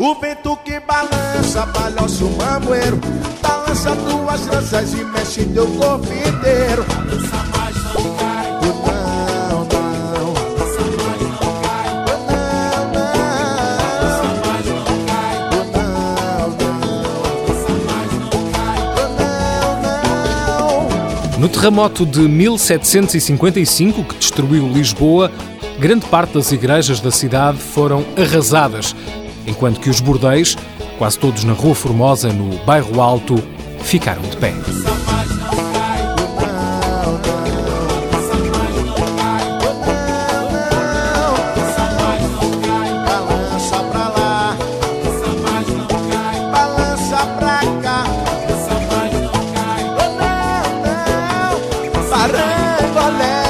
O vento que balança, balança o mamboeiro Balança tuas tranças e mexe teu corpo inteiro Não, não Não, não Não, não No terremoto de 1755, que destruiu Lisboa, grande parte das igrejas da cidade foram arrasadas, enquanto que os bordéis, quase todos na Rua Formosa, no Bairro Alto, ficaram de pé. Balança pra lá, balança pra cá. Oh, não, não, parangolé.